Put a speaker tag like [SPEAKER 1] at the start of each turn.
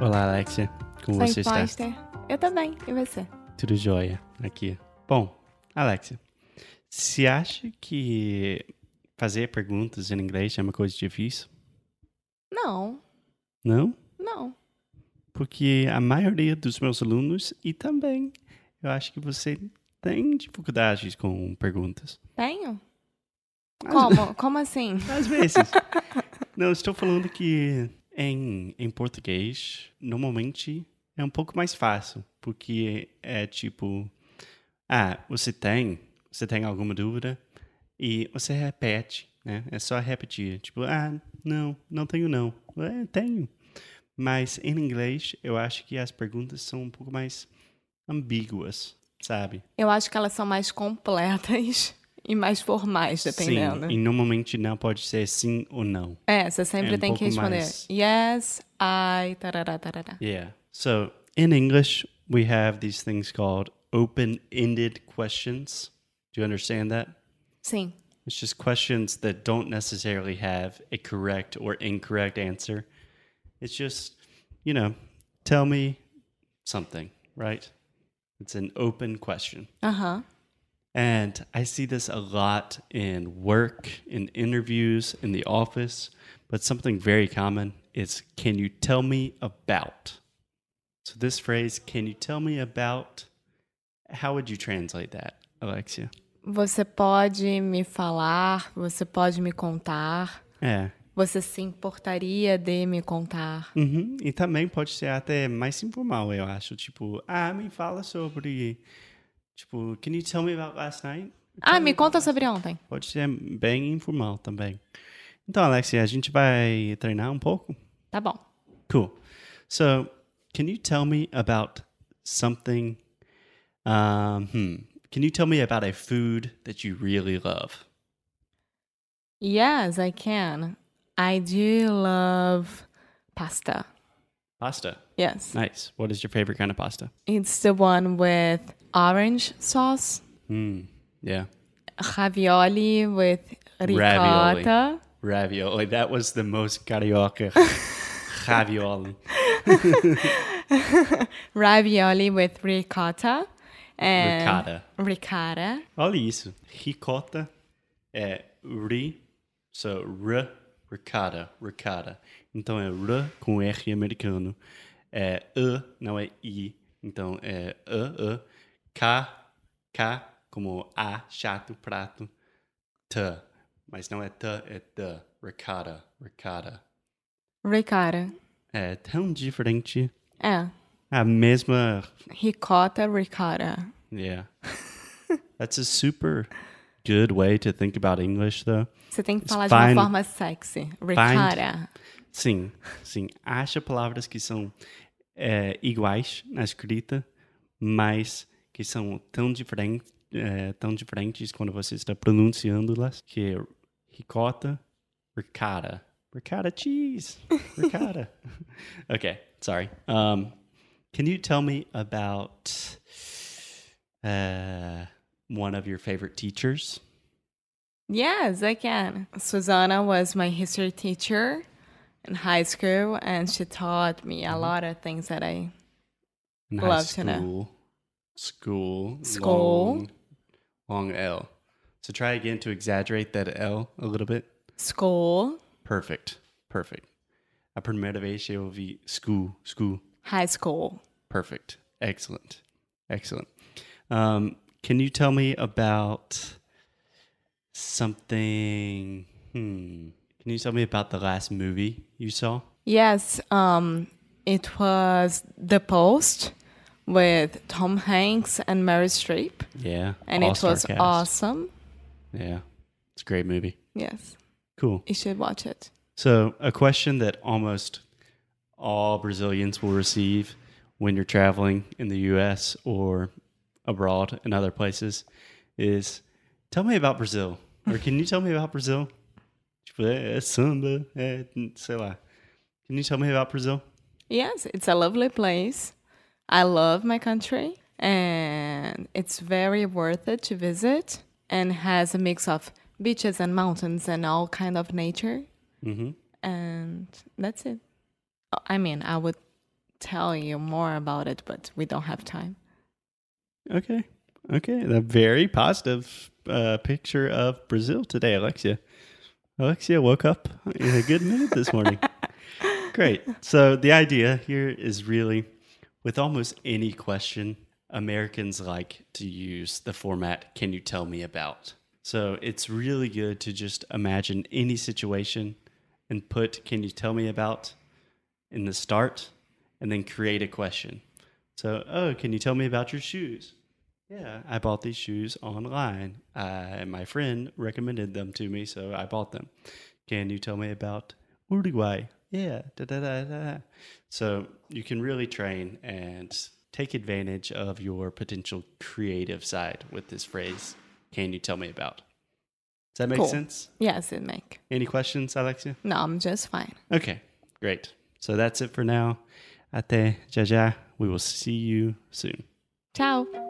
[SPEAKER 1] Olá, Alexia. Como
[SPEAKER 2] Sem
[SPEAKER 1] você está?
[SPEAKER 2] Foster. Eu também, e você?
[SPEAKER 1] Tudo jóia aqui. Bom, Alexia, se acha que fazer perguntas em inglês é uma coisa difícil?
[SPEAKER 2] Não,
[SPEAKER 1] Não?
[SPEAKER 2] não.
[SPEAKER 1] Porque a maioria dos meus alunos, e também, eu acho que você tem dificuldades com perguntas.
[SPEAKER 2] Tenho?
[SPEAKER 1] Às-
[SPEAKER 2] Como? Como assim?
[SPEAKER 1] Às vezes. Não, estou falando que em, em português, normalmente é um pouco mais fácil, porque é tipo, ah, você tem, você tem alguma dúvida e você repete, né? É só repetir, tipo, ah, não, não tenho não. É, tenho. Mas em inglês, eu acho que as perguntas são um pouco mais ambíguas, sabe?
[SPEAKER 2] Eu acho que elas são mais completas e mais formais, dependendo.
[SPEAKER 1] Sim, e normalmente não pode ser sim ou não.
[SPEAKER 2] É, você sempre
[SPEAKER 1] É um
[SPEAKER 2] tem que
[SPEAKER 1] pouco
[SPEAKER 2] responder
[SPEAKER 1] mais-
[SPEAKER 2] yes, I, tarará, tarará.
[SPEAKER 1] Yeah. So in English, we have these things called open ended questions. Do you understand that?
[SPEAKER 2] Sim,
[SPEAKER 1] It's just questions that don't necessarily have a correct or incorrect answer. It's just, you know, tell me something, right? It's an open question.
[SPEAKER 2] aham.
[SPEAKER 1] And I see this a lot in work, in interviews, in the office, but something very common is can you tell me about? So this phrase, can you tell me about? How would you translate that, Alexia?
[SPEAKER 2] Você pode me falar, você pode me contar,
[SPEAKER 1] É.
[SPEAKER 2] você se importaria de me contar.
[SPEAKER 1] Uhum. E também pode ser até mais informal, eu acho. Tipo, ah, me fala sobre. Tipo, can you tell me about last night?
[SPEAKER 2] Ah, me conta sobre ontem.
[SPEAKER 1] Pode ser bem informal também. Então, Alexia, a gente vai treinar um pouco?
[SPEAKER 2] Tá bom.
[SPEAKER 1] Cool. So, can you tell me about something? Um, hmm. Can you tell me about a food that you really love?
[SPEAKER 2] Yes, I can. I do love pasta.
[SPEAKER 1] Pasta.
[SPEAKER 2] Yes.
[SPEAKER 1] Nice. What is your favorite kind of pasta?
[SPEAKER 2] It's the one with orange sauce,
[SPEAKER 1] Hmm. Yeah.
[SPEAKER 2] ravioli with
[SPEAKER 1] Ravioli.
[SPEAKER 2] ricotta.
[SPEAKER 1] Ravioli. That was the most carioca ravioli.
[SPEAKER 2] Ravioli, with ricotta. And
[SPEAKER 1] Ricotta.
[SPEAKER 2] Ricotta.
[SPEAKER 1] Olha isso. Ricota é ri, so r, ricotta, ricotta. Então é r com r americano. É e, não é i. Então é e, e. K, k como a, chato, prato. T, mas não é t, é t. Ricotta, ricotta.
[SPEAKER 2] Ricotta.
[SPEAKER 1] É tão diferente.
[SPEAKER 2] É.
[SPEAKER 1] A mesma
[SPEAKER 2] Ricotta, ricotta.
[SPEAKER 1] Yeah. That's a super good way to think about English, though.
[SPEAKER 2] Você tem que
[SPEAKER 1] It's
[SPEAKER 2] falar de uma
[SPEAKER 1] fine.
[SPEAKER 2] forma sexy. Ricotta.
[SPEAKER 1] Sim, sim. Acha palavras que são eh, iguais na escrita, mas que são tão, diferen eh, tão diferentes quando você está pronunciando-las, que é ricota, ricotta. Ricotta cheese. Ricotta. okay, sorry. Um, can you tell me about uh, one of your favorite teachers?
[SPEAKER 2] Yes, I can. Susanna was my history teacher in high school, and she taught me
[SPEAKER 1] Mm-hmm.
[SPEAKER 2] a lot of things that I
[SPEAKER 1] In
[SPEAKER 2] Love to know.
[SPEAKER 1] school, School.
[SPEAKER 2] School.
[SPEAKER 1] Long, long L. So try again to exaggerate that L a little bit.
[SPEAKER 2] school,
[SPEAKER 1] Perfect. Perfect. A primeira vez eu ouvi school, school.
[SPEAKER 2] high school.
[SPEAKER 1] Perfect. Excellent. Excellent. Um, can you tell me about something? Hmm. Can you tell me about the last movie you saw?
[SPEAKER 2] Yes, um, it was The Post with Tom Hanks and Mary Streep,
[SPEAKER 1] Yeah.
[SPEAKER 2] and
[SPEAKER 1] All-star
[SPEAKER 2] it was
[SPEAKER 1] cast.
[SPEAKER 2] awesome.
[SPEAKER 1] Yeah. It's a great movie.
[SPEAKER 2] Yes,
[SPEAKER 1] Cool.
[SPEAKER 2] you should watch it.
[SPEAKER 1] So, a question that almost all Brazilians will receive when you're traveling in the US or abroad and other places is tell me about Brazil. Or can you tell me about Brazil? Tipo, é, é samba, é, sei lá. Can you tell me about Brazil?
[SPEAKER 2] Yes, it's a lovely place. I love my country and it's very worth it to visit and has a mix of beaches and mountains and all kind of nature.
[SPEAKER 1] Mm-hmm.
[SPEAKER 2] And that's it. I mean, I would tell you more about it, but we don't have time.
[SPEAKER 1] Okay. Okay. A very positive uh, picture of Brazil today, Alexia. Alexia woke up in a good mood this morning. Great. So, the idea here is really with almost any question, Americans like to use the format, can you tell me about? So, it's really good to just imagine any situation and put, can you tell me about in the start and then create a question. So, oh, can you tell me about your shoes? Yeah, I bought these shoes online. I, my friend recommended them to me, so I bought them. Can you tell me about Uruguay? Yeah, da da da da. da. So you can really train and take advantage of your potential creative side with this phrase. Can you tell me about? Does that make
[SPEAKER 2] Cool.
[SPEAKER 1] sense?
[SPEAKER 2] Yes, it make.
[SPEAKER 1] Any questions, Alexia?
[SPEAKER 2] No, I'm just fine.
[SPEAKER 1] Okay, great. So that's it for now. Ate, ja, ja. We will see you soon.
[SPEAKER 2] Ciao.